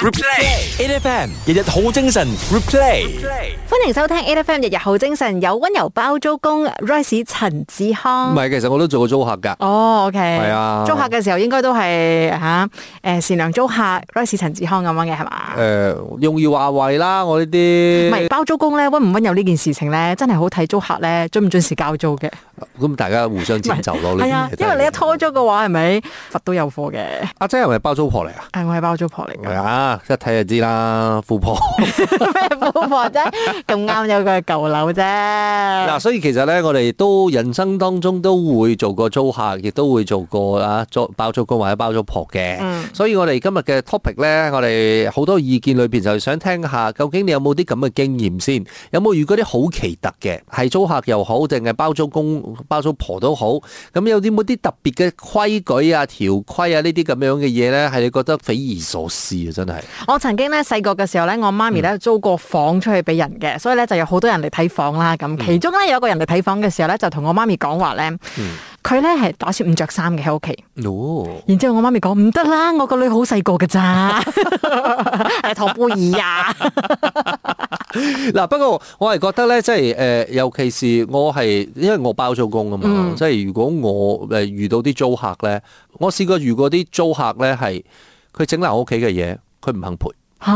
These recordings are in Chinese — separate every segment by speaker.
Speaker 1: Replay A F M 日日好精神。Replay
Speaker 2: 歡迎收聽 A F M 日日好精神，有溫柔包租公 Rice 陳志
Speaker 3: 唔
Speaker 2: 康。
Speaker 3: 係，其實我都做過租客㗎。
Speaker 2: 哦，OK，
Speaker 3: 係啊
Speaker 2: 租客嘅時候應該都係吓誒善良租客 Rice 陳志康咁樣嘅係嘛？
Speaker 3: 诶、用意話為啦，我呢
Speaker 2: 唔
Speaker 3: 啲
Speaker 2: 係包租公咧，溫唔溫柔呢件事情咧，真係好睇租客咧，準唔準時交租嘅。
Speaker 3: 咁，大家互相遷就咯。呢
Speaker 2: 係
Speaker 3: 啲
Speaker 2: 啊
Speaker 3: 嘢，
Speaker 2: 因
Speaker 3: 真
Speaker 2: 為
Speaker 3: 係
Speaker 2: 你一拖咗嘅話，係咪佛都有貨嘅？
Speaker 3: 阿姐係咪包租婆嚟啊？
Speaker 2: 誒，我係包租婆嚟
Speaker 3: 係
Speaker 2: 嘅，
Speaker 3: 啊，一睇就知啦，富婆
Speaker 2: 咩包租婆啫？咁啱有個舊樓啫。嗯
Speaker 3: 嗱，所以其實咧，我哋都人生當中都會做過租客，亦都會做過啊租包租公或者包租婆嘅。
Speaker 2: 嗯
Speaker 3: 所以我哋今日嘅 topic 咧，我哋好多意見裏邊就想聽下，究竟你有冇啲咁嘅經驗先？有冇遇過啲好奇特嘅，係租客又好，定係包租公、包租婆都好？咁有啲冇啲特別嘅規矩啊、條規啊呢啲咁樣嘅嘢咧，係你覺得匪夷所思啊？真係
Speaker 2: 我曾經咧細個嘅時候咧，我媽咪咧租過房出去俾人嘅，所以咧就有好多人嚟睇房啦。咁其中咧有一個人嚟睇房嘅時候咧，就同我媽咪講話咧，佢咧係打算唔着衫嘅喺屋企。
Speaker 3: 哦，
Speaker 2: 然之後我媽咪講唔得啦，我個女好細個㗎咋， 係唐貝爾啊，
Speaker 3: 嗱，不過我係覺得咧，即係誒、呃尤其是我係因為我包租公啊嘛，即係如果我誒遇到啲租客咧，我試過遇過啲租客咧係佢整爛我屋企嘅嘢，佢唔肯賠。
Speaker 2: 吓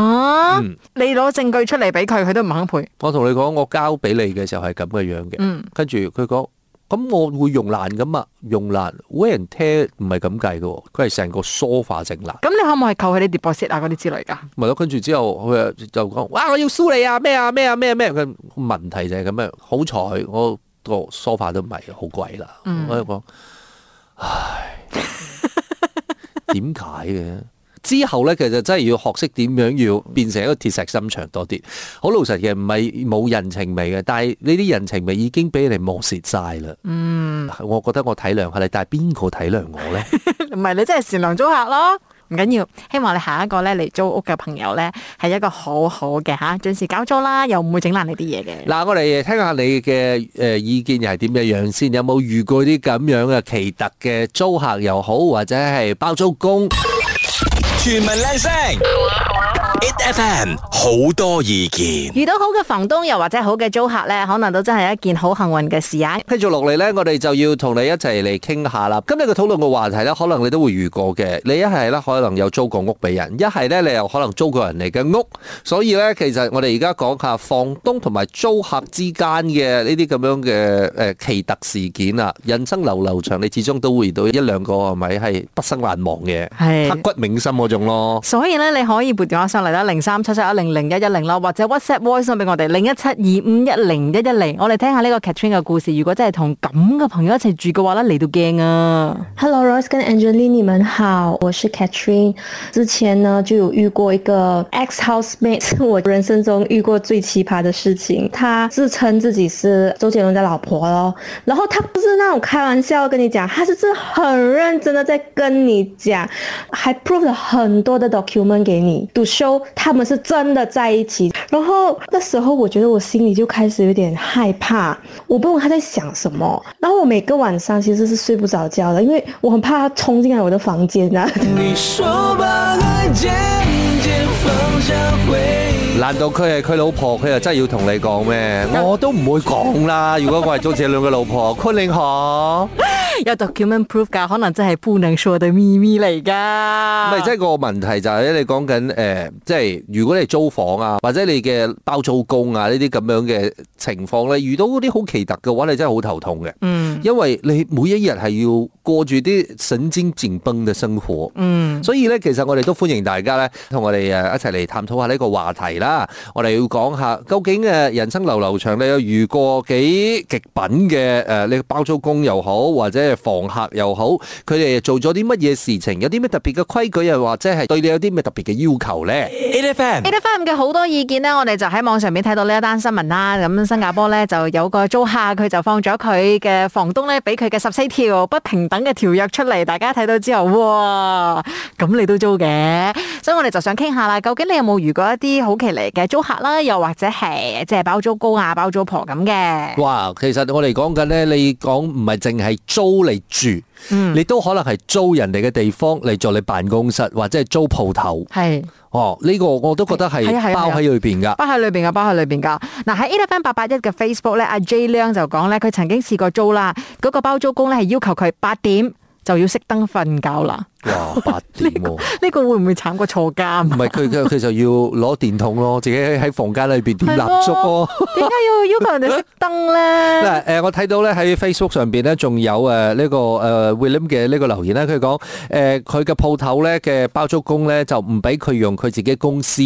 Speaker 3: 嗯
Speaker 2: 你攞證據出嚟俾佢，佢都唔肯賠。
Speaker 3: 我同你講，我交俾你嘅時候係咁嘅樣嘅，
Speaker 2: 嗯
Speaker 3: 跟住佢講，咁我會用爛噶嘛，用爛 wear and tear 唔係咁計嘅喎，佢係成個 sofa 整爛，
Speaker 2: 咁你可唔可以扣佢啲 deposit 啊嗰啲之類㗎？
Speaker 3: 咪咯，跟住之後佢就講，哇，我要輸你啊，咩啊，咩啊，咩啊咩啊，佢問題就係咁樣，好彩我個 sofa 都唔係好貴啦，我就講，唉，點解嘅？之後咧，其實真係要學識點樣要變成一個鐵石心腸多啲。好老實嘅，唔係冇人情味嘅，但係呢啲人情味已經俾你磨蝕晒啦。嗯，我覺得我體諒下你，但係邊個體諒我咧？
Speaker 2: 唔係你真係善良租客咯。唔緊要，希望你下一個咧嚟租屋嘅朋友咧係一個好好嘅吓，準時交租啦，又唔會整爛你啲嘢嘅。
Speaker 3: 嗱，我哋聽下你嘅誒意見又係點嘅樣先？有冇遇過啲咁樣嘅奇特嘅租客又好，或者係包租公？
Speaker 1: 全民靚聲，It F M 好多意見。
Speaker 2: 遇到好嘅房東又或者好嘅租客咧，可能都真係一件好幸運嘅事啊！
Speaker 3: 繼續落嚟呢，我哋就要同你一齊嚟傾下啦。今日嘅討論嘅話題呢，可能你都會遇過嘅。你一係呢，可能有租過屋俾人；一係呢，你又可能租過人哋嘅屋。所以呢，其實我哋而家講下房東同埋租客之間嘅呢啲咁樣嘅誒奇特事件啊。人生流流長，你始終都會遇到一兩個係咪係不生難忘嘅？
Speaker 2: 係
Speaker 3: 刻骨銘心嗰種咯。
Speaker 2: 所以咧，你可以撥電話上嚟啦，零三七七一零零一一零啦，或者 WhatsApp voice 俾我哋零一七二五一零一一零，我哋聽下呢個 Catherine 嘅故事。如果真係同咁嘅朋友一齊住嘅話咧，嚟到驚啊！
Speaker 4: Hello Rose 跟 Angeline，你们好，我是 Catherine。之前呢就有遇过一个 ex housemate，是 我人生中遇过最奇葩的事情。她自称自己是周杰伦的老婆咯，然后她不是那种开玩笑跟你讲，她是真的很认真的在跟你讲，还 prove 了很多的 document 给你，to show 他们是真的在一起。然后那时候我觉得我心里就开始有点害怕，我不懂他在想什么。然后我每个晚上其实是睡不着觉的，因为我很怕他冲进来我的房间啊。
Speaker 1: 你说把爱渐渐放下回
Speaker 3: 難道佢係佢老婆，佢又真係要同你講咩？我都唔會講啦。如果我係周杰倫嘅老婆， 昆凌河。
Speaker 2: 有 document proof 噶，可能真係不能說的秘密嚟噶。
Speaker 3: 唔係，即係個問題就係咧，你講緊誒，即係如果你租房啊，或者你嘅包租公啊呢啲咁樣嘅情況咧，遇到嗰啲好奇特嘅話，你真係好頭痛嘅，
Speaker 2: 嗯
Speaker 3: 因為你每一日係要過住啲神經緊繃嘅生活。
Speaker 2: 嗯，
Speaker 3: 所以咧，其實我哋都歡迎大家咧，同我哋呃誒一齊嚟探討下呢個話題啦。我哋要講下究竟誒人生流流長，你有遇過幾極品嘅誒？你包租公又好，或者係房客又好，佢哋做咗啲乜嘢事情？有啲咩特別嘅規矩，又啊或者係對你有啲咩特別嘅要求咧？
Speaker 1: It F M
Speaker 2: A. F. M 嘅好多意見呢，我哋就喺網上面睇到呢一單新聞啦。咁新加坡呢，就有個租客，佢就放咗佢嘅房東呢，俾佢嘅十四條不平等嘅條約出嚟，大家睇到之後，哇！咁你都租嘅，所以我哋就想傾下啦，究竟你有冇遇過一啲好奇嚟嘅租客啦，又或者係即係包租公啊、包租婆咁嘅？
Speaker 3: 哇！其實我哋講緊咧，你講唔係淨係租嚟住，你都可能係租人哋嘅地方嚟做你辦公室，或者係租鋪頭。
Speaker 2: 係。
Speaker 3: 哦，呢、個我都覺得係
Speaker 2: 係啊係啊係啊
Speaker 3: 包喺裏邊㗎。
Speaker 2: 包喺裏邊噶，包喺裏邊噶。嗱喺 A F M 八八一嘅 Facebook 咧，阿 J 亮就講咧，佢曾經試過租啦，嗰、個包租公咧係要求佢八點就要熄燈瞓覺啦。
Speaker 3: 哇，八點喎！
Speaker 2: 呢、個會唔會慘過坐監啊？
Speaker 3: 唔係佢佢佢就要攞電筒咯，自己喺房間裏邊點蠟燭咯。
Speaker 2: 點解要要求人哋熄燈咧？
Speaker 3: 嗱，誒我睇到咧喺 Facebook 上邊咧，仲有誒呢個誒 William 嘅呢個留言咧，佢講誒佢嘅鋪頭咧嘅包租公咧就唔俾佢用佢自己公司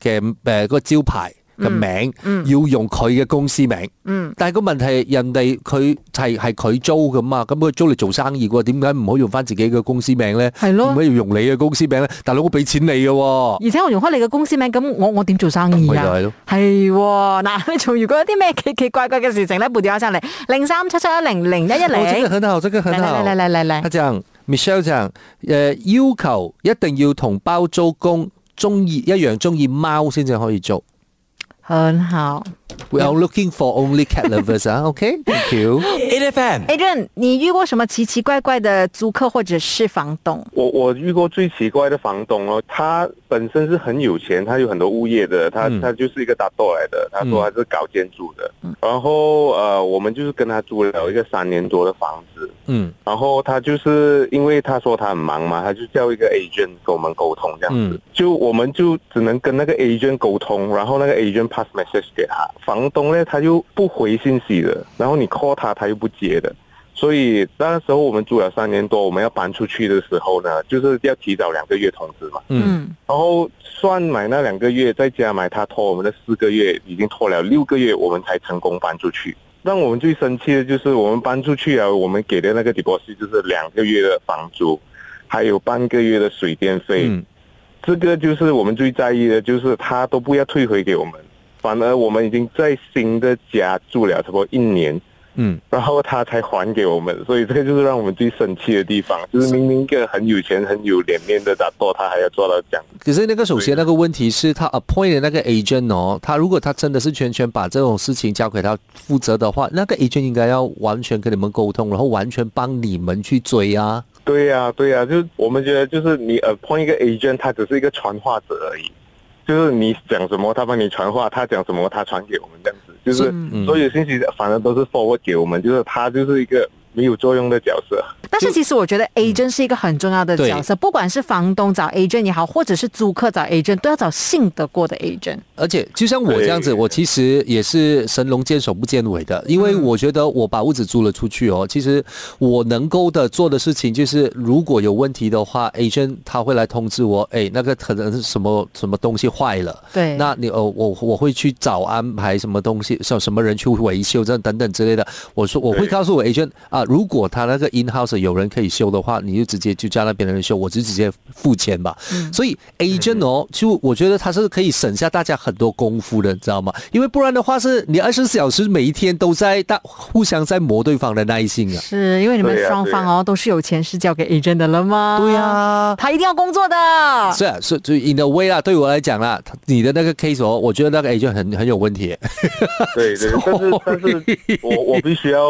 Speaker 3: 嘅誒個招牌嘅名，要用佢嘅公司名。
Speaker 2: 嗯，
Speaker 3: 但係個問題係人哋佢係係佢租噶嘛，咁佢租嚟做生意嘅喎，點解唔好用翻自己嘅公司名咧？
Speaker 2: 係咯
Speaker 3: 點解要用你嘅公司名咧？大佬我俾錢你嘅喎。
Speaker 2: 而且我用開你嘅公司名，咁我我點做生意
Speaker 3: 咪
Speaker 2: 啊
Speaker 3: 就係咯？
Speaker 2: 係喎，嗱，仲如果有啲咩奇奇怪怪嘅事情咧，撥電話上嚟零三七七一零零一一
Speaker 3: 哦真的
Speaker 2: 零，
Speaker 3: 很好，真的很
Speaker 2: 嚟
Speaker 3: 好。
Speaker 2: 嚟嚟嚟嚟嚟
Speaker 3: 他。講 Michelle 講，誒、要求一定要同包租公中意一樣中意貓先至可以做。
Speaker 2: 很好
Speaker 3: We are looking for only cat lovers 啊，OK？Thank you。
Speaker 1: ，A F M
Speaker 2: ，Adrian，你遇過什麼奇奇怪怪的租客或者是房東？
Speaker 5: 我我遇过最奇怪的房东哦，他本身是很有钱，他有很多物业的，他、
Speaker 3: 嗯
Speaker 5: 他就是一个大豆来的，他说
Speaker 3: 嗯
Speaker 5: 他是搞建筑的，然后呃，我们就是跟他租了一个三年多的房子，
Speaker 3: 嗯
Speaker 5: 然后他就是因为他说他很忙嘛，他就叫一个 agent 跟我们沟通这样子，
Speaker 3: 嗯
Speaker 5: 就我们就只能跟那个 agent 沟通，然后那个 agent pass message 给他，房东呢他就不回信息的，然后你 call 他他又不接的，所以那时候我们住了三年多，我们要搬出去的时候呢，就是要提早两个月通知嘛，
Speaker 3: 嗯，
Speaker 2: 嗯，
Speaker 5: 然后算买那两个月，再加买他拖我们的四个月，已经拖了六个月，我们才成功搬出去。让我们最生气的就是我们搬出去啊，我们给的那个 deposit 就是两个月的房租，还有半个月的水电费。
Speaker 3: 嗯
Speaker 5: 这个就是我们最在意的，就是他都不要退回给我们，反而我们已经在新的家住了差不多一年，
Speaker 3: 嗯，
Speaker 5: 然后他才还给我们，所以这个就是让我们最生气的地方，就是明明一个很有钱、很有脸面的打斗，他还要做到这样。
Speaker 3: 可是那个首先那个问题是他 appoint 的那个 agent 哦，他如果他真的是全权把这种事情交给他负责的话，那个 agent 应该要完全跟你们沟通，然后完全帮你们去追啊。
Speaker 5: 对呀、对呀、就是我们觉得就是你 appoint 一个 agent，他只是一个传话者而已，就是你讲什么他帮你传话，他讲什么他传给我们这样子，就是
Speaker 3: 嗯
Speaker 5: 所有信息反正都是 forward 给我们，就是他就是一个没有作用的角色。
Speaker 2: 但是其实我觉
Speaker 3: 嗯
Speaker 2: 得 agent 是一个很重要的角色，不管是房东找 agent 也好，或者是租客找 agent，都要找信得过的 agent。
Speaker 3: 而且就像我这样子，
Speaker 5: 对
Speaker 3: 我其实也是神龙见首不见尾的，因为我觉得我把屋子租了出去哦，其实我能够的做的事情就是，如果有问题的话，agent 他会来通知我，哎，那个可能是什么什么东西坏了。
Speaker 2: 对，
Speaker 3: 那你哦，我我会去找安排什么东西，什什么人去维修，这样等等之类的。我说我会
Speaker 5: 对
Speaker 3: 告诉我 agent 啊，如果他那个 in house 有人可以修的话，你就直接就叫那边的人修，我就直接付钱吧。所以 agent 哦，就我觉得他是可以省下大家很多功夫的，你知道吗？因为不然的话，是你二十四小时每一天都在大互相在磨对方的耐心啊。
Speaker 2: 是因为你们
Speaker 5: 对呀
Speaker 2: 双方哦、都是有钱是交给 agent 的了吗？
Speaker 3: 对啊，
Speaker 2: 他一定要工作的。
Speaker 3: 是啊，是就 in a way 啦，对我来讲啦，他你的那个 case 哦，我觉得那个 agent 很很有问题。
Speaker 5: 对对，但是但是我我必须要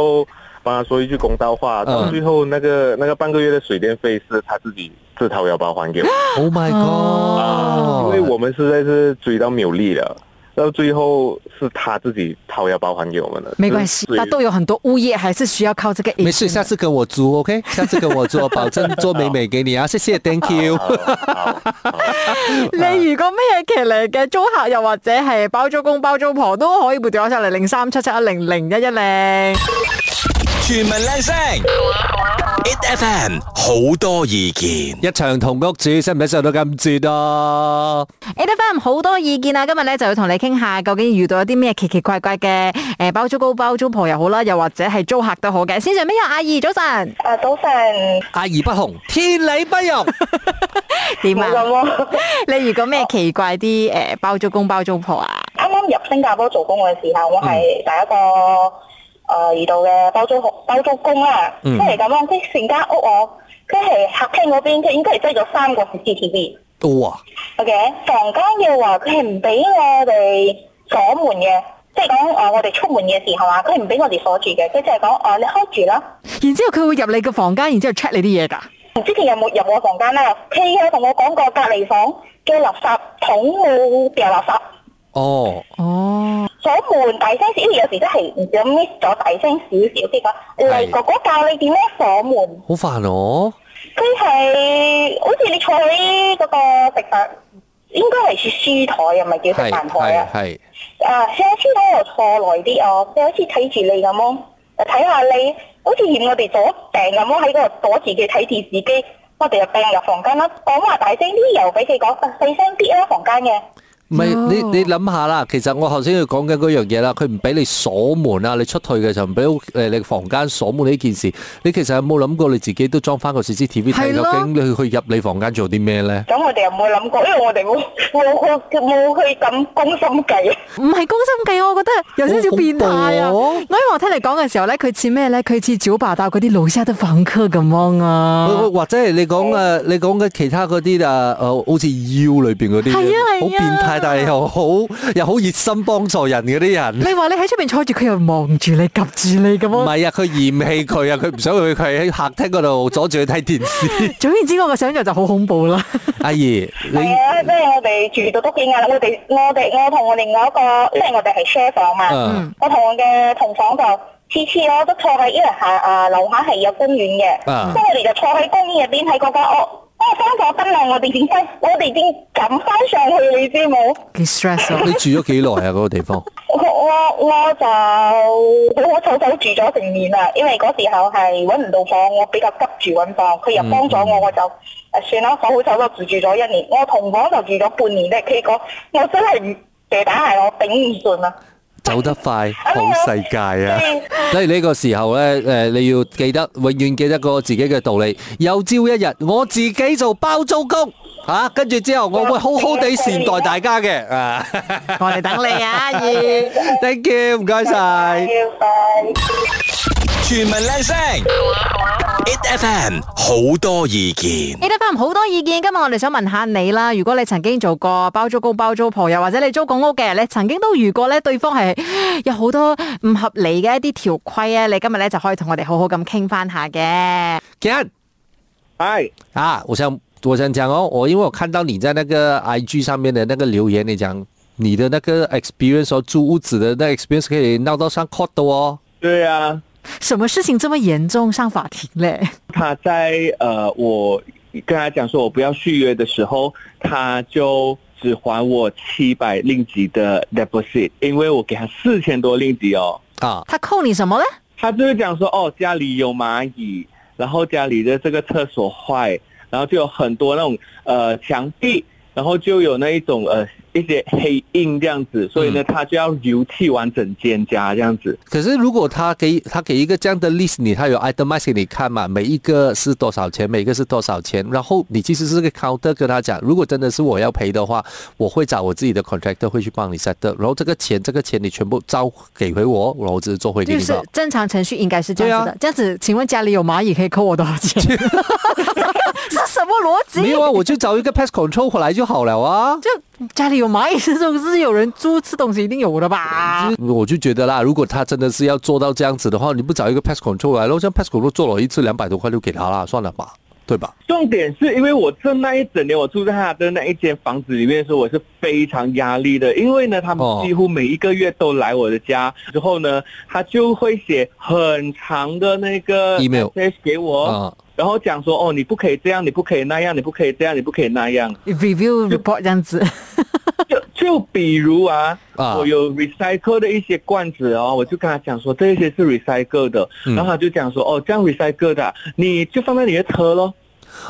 Speaker 5: 帮他说一句公道话，到
Speaker 3: 嗯
Speaker 5: 最后那个那个半个月的水电费是他自己自掏腰包还给我们。
Speaker 3: Oh my god！、
Speaker 2: 啊
Speaker 5: 因为我们实在是追到没有力了，到最后是他自己掏腰包还给我们的。
Speaker 2: 没关系，
Speaker 5: 就是
Speaker 2: 他都有很多物业，还是需要靠这个 agent。
Speaker 3: 没事，下次跟我租，OK？下次跟我租，保证做美美给你啊！谢谢，Thank you。
Speaker 5: 好好好
Speaker 3: 呃
Speaker 2: 你如果咩騎呢嘅租客，又或者係包租公、包租婆，都可以撥電話上嚟零三七七一零零一一零。
Speaker 1: 全民靚聲，It F M 好多意見。
Speaker 3: 一場同屋主使唔使上到咁絕啊？
Speaker 2: A F M 好多意見啊！今日咧就要同你傾下，究竟遇到一啲咩奇奇怪怪嘅诶包租公、包租婆又好啦，又或者係租客都好嘅。先上邊有阿姨，早晨，
Speaker 6: 啊，早晨，
Speaker 3: 阿而不紅，天理不容。
Speaker 2: 點
Speaker 6: 冇咁
Speaker 2: 啊？
Speaker 6: 咯。
Speaker 2: 你遇過咩奇怪啲诶包租公、包租婆啊？
Speaker 6: 啱啱入新加坡做工嘅時候，我係第一個誒、呃遇到嘅包租包租公啦，即
Speaker 3: 嗯
Speaker 6: 係咁樣，即係成間屋我，佢係客廳嗰邊，佢應該係擠咗三個 CCTV。
Speaker 3: 哇！
Speaker 6: OK，房間嘅話，佢係唔俾我哋鎖門嘅，即係講誒我哋出門嘅時候啊，佢唔俾我哋鎖住嘅，佢就係講誒你開住啦。
Speaker 2: 然之後佢會入你個房間，然之後 check 你啲嘢㗎。
Speaker 6: 唔知佢有冇入我房間啦？佢有同我講過隔離房嘅垃圾桶冇掉垃圾，
Speaker 3: 哦，
Speaker 2: 哦，
Speaker 6: 鎖門大聲少，因為有時真係唔小心 miss 咗大聲少少啲講。
Speaker 3: 係
Speaker 6: 嚟哥哥教你點樣鎖門，
Speaker 3: 好煩我。
Speaker 6: 佢係好似你坐喺嗰個食飯，應該係似書台啊，唔係叫
Speaker 3: 係
Speaker 6: 食飯台啊
Speaker 3: 係。係
Speaker 6: 啊，寫書台度坐耐啲哦，佢好似睇住你咁咯，睇下你，好似嫌我哋左病咁咯，喺嗰度躲自己睇電視機，我哋就病入房間啦，講話大聲啲又俾佢講，啊細聲啲啦房間嘅，
Speaker 3: 唔係
Speaker 2: 哦
Speaker 3: 你你諗下啦，其實我頭先要講緊嗰樣嘢啦，佢唔俾你鎖門啊，你出去嘅時候唔俾屋誒你房間鎖門呢件事，你其實有冇諗過你自己都裝翻個 CCTV 睇
Speaker 2: 係
Speaker 3: 究
Speaker 2: 咯
Speaker 3: 竟你去入你房間做啲咩咧？
Speaker 6: 咁我哋又冇諗過，因為我哋冇冇去冇去咁攻心計，
Speaker 2: 唔係攻心計，我覺得有少少變態啊！
Speaker 3: 哦好
Speaker 2: 我
Speaker 3: 恐怖哦
Speaker 2: 因為我聽你講嘅時候咧，佢似咩咧？佢似酒吧搭嗰啲老沙的房客咁樣啊！
Speaker 3: 或或者係你講誒，你講嘅其他嗰啲啊，誒好似腰裏邊嗰啲，
Speaker 2: 係啊係啊
Speaker 3: 好變態，但係又好 又好熱心幫助人嗰啲 人。
Speaker 2: 你話你喺出邊坐住，佢又望住你，及住你咁
Speaker 3: 唔
Speaker 2: 樣。
Speaker 3: 係啊，佢嫌棄佢啊，佢唔想去佢喺客廳嗰度阻住佢睇電視。
Speaker 2: 總言之，我嘅想像就好恐怖啦。
Speaker 3: 阿姨，你
Speaker 6: 係啊，即係我哋住到都幾壓力，我哋我哋我同我另外一個，即係我哋係 share 房嘛。
Speaker 3: 啊
Speaker 6: 我同我嘅同房就次次我都坐喺，因為下啊樓下係有公園嘅，
Speaker 3: 啊
Speaker 6: 咁我哋就坐喺公園入邊喺嗰間屋。我生咗燈啦，我哋點翻，我哋點撳翻上去，你知冇？
Speaker 2: 幾 stress 啊！
Speaker 3: 你住咗幾耐啊？嗰個地方？
Speaker 6: 我我我就好好醜醜住咗成年啦，因為嗰時候係揾唔到房，我比較急住揾房，佢又幫咗我，我就誒算啦，好好醜都住住咗一年，我同房就住咗半年咧，佢講我真係唔地打鞋，我頂唔順啊啦。
Speaker 3: 走得快，好世界 啊！
Speaker 6: 即係
Speaker 3: 所以呢個時候呢，誒你要記得，永遠記得個自己嘅道理。有朝一日我自己做包租公嚇，啊跟住之後我會好好地善待大家嘅。啊
Speaker 2: 我哋等你啊，阿姨。
Speaker 3: ，thank you，唔該晒。
Speaker 6: 要拜。
Speaker 1: 全民靚聲，it FM 好多意見。
Speaker 2: A. F. M. 好多意見，今日我哋想問下你啦。如果你曾經做過包租公、包租婆，又或者你租公屋嘅，你曾經都遇過咧，對方係有好多唔合理嘅一啲條規咧，你今日咧就可以同我哋好好咁傾翻下嘅。
Speaker 3: 杰恩
Speaker 5: 哎，
Speaker 3: 啊，我想我想講哦，我因為我看到你在那個 IG 上面的那個留言，你講你的那個 experience 哦，租屋子的那 experience 可以鬧到上 court 的哦。
Speaker 5: 对啊，
Speaker 2: 什麼事情這麼嚴重上法庭咧？
Speaker 5: 他在呃，我跟他讲说我不要续约的时候，他就只还我七百令吉的 deposit，因为我给他四千多令吉哦。
Speaker 3: 啊，
Speaker 2: 他扣你什麼咧？
Speaker 5: 他就是讲说，哦，家里有蚂蚁，然后家里的这个厕所坏，然后就有很多那种呃墙壁，然后就有那一种呃一些黑印这样子，所以呢，他就要油漆完整间家这样子。
Speaker 3: 可是如果他给他给一个这样的 list 你，他有 itemize 给你看嘛，每一个是多少钱，每一个是多少钱，然后你其实是个 counter 跟他讲，如果真的是我要赔的话，我会找我自己的 contractor 会去帮你 set 的，然后这个钱这个钱你全部照给回我，然后我只是做回给
Speaker 2: 就
Speaker 3: 你吧
Speaker 2: 是。正常程序應該是這樣子的。
Speaker 3: 對啊
Speaker 2: 這樣子，請問家裡有螞蟻可以扣我多少錢？ 是什麼邏輯？
Speaker 3: 没有啊，我就找一个 pest control 回来就好了啊。
Speaker 2: 就家裡有螞蟻，這种是有人租吃東西一定有的 吧？
Speaker 3: 我就觉得啦，如果他真的是要做到这样子的话，你不找一个 pest control 来，然后像 pest control 做了一次两百多块就给他啦，算了吧，对吧？
Speaker 5: 重点是因为我这那一整年我住在他的那一间房子里面的时候，我是非常压力的，因为呢，他们
Speaker 3: 哦
Speaker 5: 几乎每一个月都来我的家，之后呢，他就会写很长的那个
Speaker 3: Email
Speaker 5: message 给
Speaker 2: 哦
Speaker 5: 我。
Speaker 3: 啊、
Speaker 5: 然后讲说哦，你不可以这样，你不可以那样，你不可以这样，你不可以 那样。
Speaker 2: review report 这样子，
Speaker 5: 就就比如啊，
Speaker 3: 啊
Speaker 5: 我有 recycle 的一些罐子哦，我就跟他讲说这些是 recycle 的，
Speaker 3: 嗯
Speaker 5: 然后他就讲说哦，这样 recycle 的啊、你就放在你的车咯。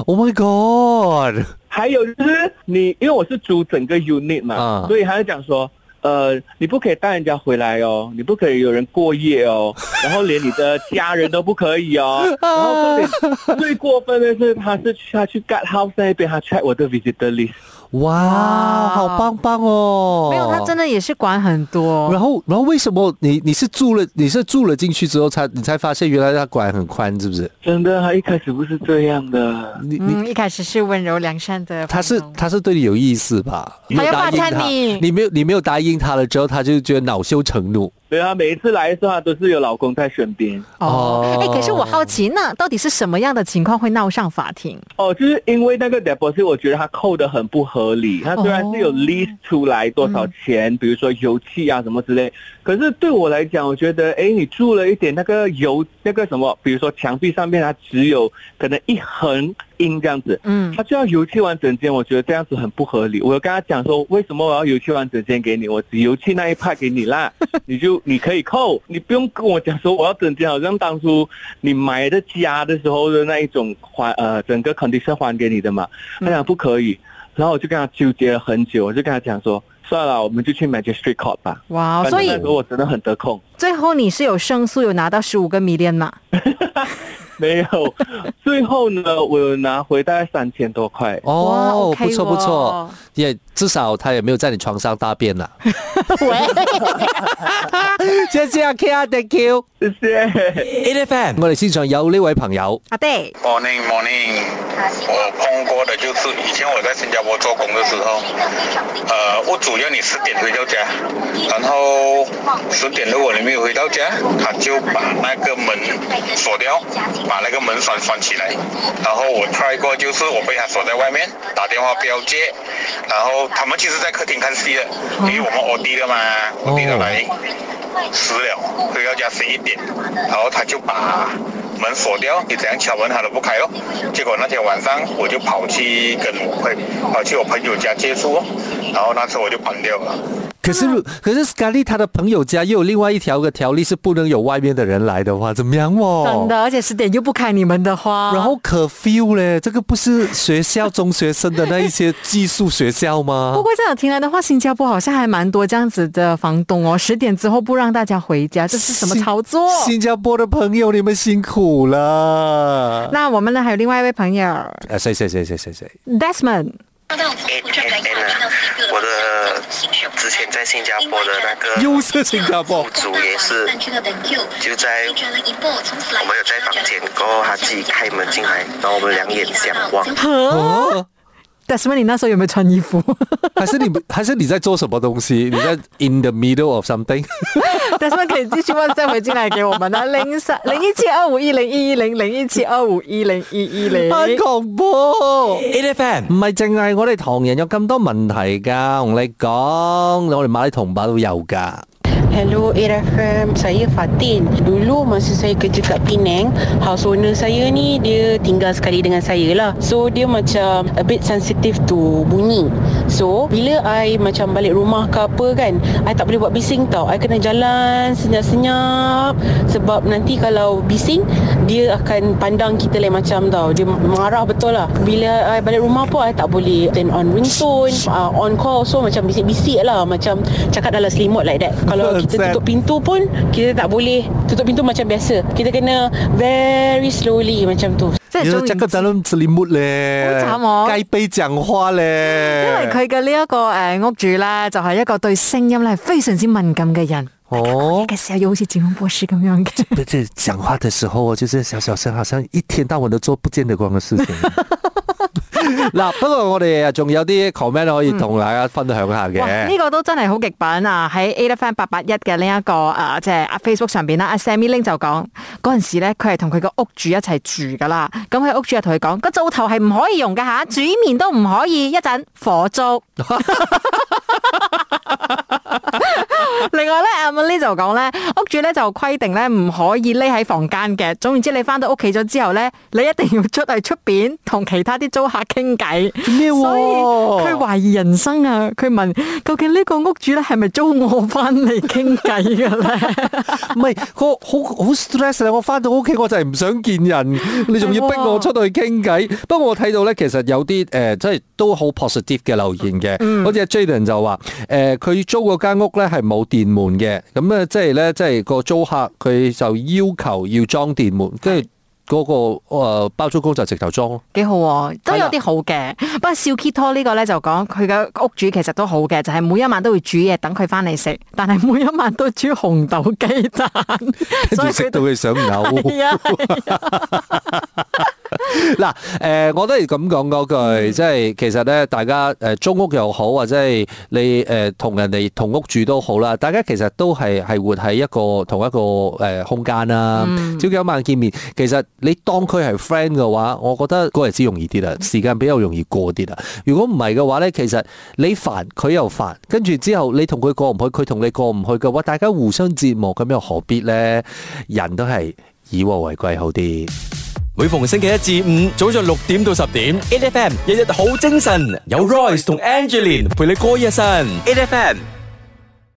Speaker 3: o h my Oh god！
Speaker 5: 还有就是你，因为我是租整个 unit 嘛，
Speaker 3: 啊
Speaker 5: 所以他就讲说。呃，你不可以带人家回来哦，你不可以有人过 夜哦，然后连你的家人都不可以哦。
Speaker 3: 啊
Speaker 5: 然后重点最过分的是，他是去他去 g u t house 那边，他 check 我的 visitor list。
Speaker 3: 哇，
Speaker 2: 哇
Speaker 3: 好棒棒哦！
Speaker 2: 没有，他真的也是管很多。
Speaker 3: 然后，然后为什么你你是住了你是住了进去之后才你才发现原来他管很宽是不是？
Speaker 5: 真的，他一开始不是这样的。
Speaker 3: 你你、
Speaker 2: 嗯，一开始是温柔良善的房东，
Speaker 3: 他是他是对你有意思吧？
Speaker 2: 嗯
Speaker 3: 你
Speaker 2: 他
Speaker 3: 没有
Speaker 2: 要
Speaker 3: 答应
Speaker 2: 霸占
Speaker 3: 他，
Speaker 2: 你
Speaker 3: 没有你没有答应他了之后，他就觉得恼羞成怒。
Speaker 5: 对啊，每一次来的时候，他都是有老公在身边。
Speaker 2: 哦
Speaker 3: 哦。
Speaker 2: 哎，可是我好奇，那到底是什么样的情况会闹上法庭？
Speaker 5: 哦，就是因为那个 deposit，我觉得他扣的很不合理。他虽然是有
Speaker 2: 哦
Speaker 5: list 出来多少钱，比如说油气啊什么之类，可是对我来讲，我觉得，哎，你注了一点那个油那个什么，比如说墙壁上面它只有可能一横印这样子，
Speaker 2: 嗯
Speaker 5: 他就要油漆完整间，我觉得这样子很不合理。我有跟他讲说，为什么我要油漆完整间给你？我只油漆那一派给 你啦，你就你可以扣，你不用跟我讲说我要整间，好像当初你买的家的时候的那一种还呃整个 condition 还给你的嘛。
Speaker 2: 嗯
Speaker 5: 他讲不可以，然后我就跟他纠结了很久，我就跟他讲说，算了，我们就去 magistrate court 吧。
Speaker 2: 哇，
Speaker 5: 反
Speaker 2: 哦所
Speaker 5: 正
Speaker 2: 以
Speaker 5: 那时候我真的很得控。
Speaker 2: 最后你是有胜诉，有拿到十五个迷恋嘛？
Speaker 5: 没 有，最后呢，我有拿回大概三千多块。
Speaker 2: 哇
Speaker 3: 哦，
Speaker 2: ，OK
Speaker 3: 不错不
Speaker 2: 哦
Speaker 3: 错，也至少他也没有在你床上大 便啦。谢谢啊，K R Thank you。
Speaker 5: 谢谢。
Speaker 1: ，A F M
Speaker 3: 我哋现场有呢位朋友，
Speaker 2: 阿啊对，
Speaker 7: Morning, morning。我碰过的就是以前我在新加坡做工的时候，呃，我主要你十点回到家，然后十点如果你没有回到家，他就把那个门锁掉，把那个门栓栓起来。然后我 try 过，就是我被他锁在外面，打电话不要接，然后他们其实在客厅看戏的，因为我们 OD 了嘛，OD 了来。十了，回到家十一点，然后他就把门锁掉，你怎样敲门他都不开哦。结果那天晚上我就跑去跟我朋跑去我朋友家借宿哦，然后那时候我就搬掉了。
Speaker 2: 啊
Speaker 3: 可是如可是 Scarlett 他的朋友家又有另外一条的条例是不能有外面的人来的话，怎么样哦？
Speaker 2: 真的，而啊且十点又不开你们的花，
Speaker 3: 然后可 feel 嘞，这个不是学校中学生的那一些寄宿学校吗
Speaker 2: 不？过这样听来的话，新加坡好像还蛮多这样子的房东哦，十点之后不让大家回家，这是什么操作？
Speaker 3: 新加坡的朋友，你们辛苦了。
Speaker 2: 那我们呢还有另外一位朋友
Speaker 3: 啊，谁谁谁谁谁谁？
Speaker 2: Desmond，
Speaker 7: 哎哎哎啊！我的之前在新加坡的那个
Speaker 3: 又是新加坡
Speaker 7: 屋主也是，就在我们有在房间过后，他自己开门进来，然后我们两眼相望。
Speaker 3: 哦，
Speaker 2: Desmond，你那时候有没有穿衣服
Speaker 3: 还是 你们还是你在做什么东西？你在 in the middle of something？
Speaker 2: ？Desmond 可以继续问，再回进来给我们啊，零三零一七二五一零一一零零一七二五一零一一零。
Speaker 3: 很恐怖。哦
Speaker 1: ，A F M
Speaker 3: 唔係淨係我哋唐人有咁多問題㗎，同你講，我哋馬來同胞都有㗎。
Speaker 8: Hello AirFM, saya Fatin. Dulu masa saya kerja kat Penang, house owner saya ni dia tinggal sekali dengan saya lah. So dia macam a bit sensitive to bunyi. So bila I macam balik rumah ke apa kan, I tak boleh buat bising tau. I kena jalan senyap-senyap sebab nanti kalau bising dia akan pandang kita lain macam tau. Dia marah betul lah. Bila I balik rumah pun I tak boleh turn on ringtone, uh, on call so macam bisik-bisik lah macam cakap dalam selimut like that. Kalau kita
Speaker 3: Sad.
Speaker 8: tutup pintu pun kita tak boleh tutup pintu macam biasa. Kita kena very slowly macam tu.
Speaker 2: 即係
Speaker 3: 要
Speaker 2: 總言
Speaker 3: 即刻
Speaker 2: 之
Speaker 3: 走到咁黏沫咧，
Speaker 2: 好慘哦
Speaker 3: 雞髀贈花咧，
Speaker 2: 因為佢嘅呢一個誒屋主咧，就係一個對聲音咧係非常之敏感嘅人。
Speaker 3: 哦，
Speaker 2: 嘅時候要好似整容博士咁樣嘅，
Speaker 3: 不是講話的時候哦，就是小小聲，好像一天到晚都做不見得光嘅 事情。嗱，不過我哋啊仲有啲 comment 可以同大家分享下
Speaker 2: 嗯哇！呢、
Speaker 3: 嘅。
Speaker 2: 個都真係好極品啊！喺 A F M 八八一嘅呢一個誒，即係啊 Facebook 上邊啦，阿 Sammy Ling 就講嗰陣時咧，佢係同佢個屋主一齊住噶啦。咁佢屋主就同佢講個灶頭係唔可以用嘅嚇，煮面都唔可以，一陣火燭。另外咧，阿 m i 就講咧，屋主咧就規定咧唔可以匿喺房間嘅。總言之，你翻到屋企咗之後咧，你一定要出去出邊同其他啲租客傾偈。
Speaker 3: 咩喎
Speaker 2: 所以佢懷疑人生啊！佢問究竟呢個屋主咧係咪租我翻嚟傾偈嘅咧？
Speaker 3: 唔係，我好好 stress 啊咧。我翻到屋企我就係唔想見人，你仲要逼我出去傾偈。不過我睇到咧，其實有啲誒、呃即係都好 positive 嘅留言嘅。
Speaker 2: 嗯
Speaker 3: 好似阿 Jaden 就話誒，佢、租嗰間屋咧係冇電呃門嘅，咁咧即係咧即係個租客佢就要求要裝電門，跟住。嗰、個、呃包租公就直頭裝咯。
Speaker 2: 幾好喎，都
Speaker 3: 係
Speaker 2: 有
Speaker 3: 啦
Speaker 2: 啲好嘅。不過少 k i t o 呢個咧就講佢嘅屋主其實都好嘅，就係、每一晚都會煮嘢等佢翻嚟食，但係每一晚都煮紅豆雞 蛋，
Speaker 3: 跟
Speaker 2: 所以佢
Speaker 3: 住食到佢想嘔。
Speaker 2: 係啊，
Speaker 3: 嗱，誒、我都係咁講嗰句，即係其實咧，大家誒、租屋又好，或者係你誒、同人哋同屋住都好啦，大家其實都係係活喺一個同一個誒、空間啦，朝九晚見面。其實你當佢係 friend 嘅話，我覺得嗰日子容易啲啦，時間比較容易過啲啦。如果唔係嘅話咧，其實你煩佢又煩，跟住之後你同佢過唔去，佢同你過唔去嘅話，大家互相折磨，咁又何必咧？人都係以和為貴好啲。
Speaker 1: 每逢星期一至五早上六點到十點，A F M 日日好精神，有 Royce 同 Angeline 陪你過一晨，A F M。